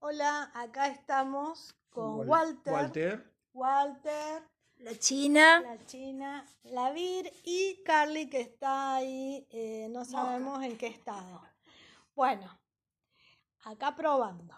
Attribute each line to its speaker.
Speaker 1: Hola, acá estamos con
Speaker 2: Wal-
Speaker 1: Walter, Walter,
Speaker 2: Walter.
Speaker 3: La China.
Speaker 1: la China, la Vir y Carly que está ahí, eh, no sabemos en qué estado. Bueno, acá probando.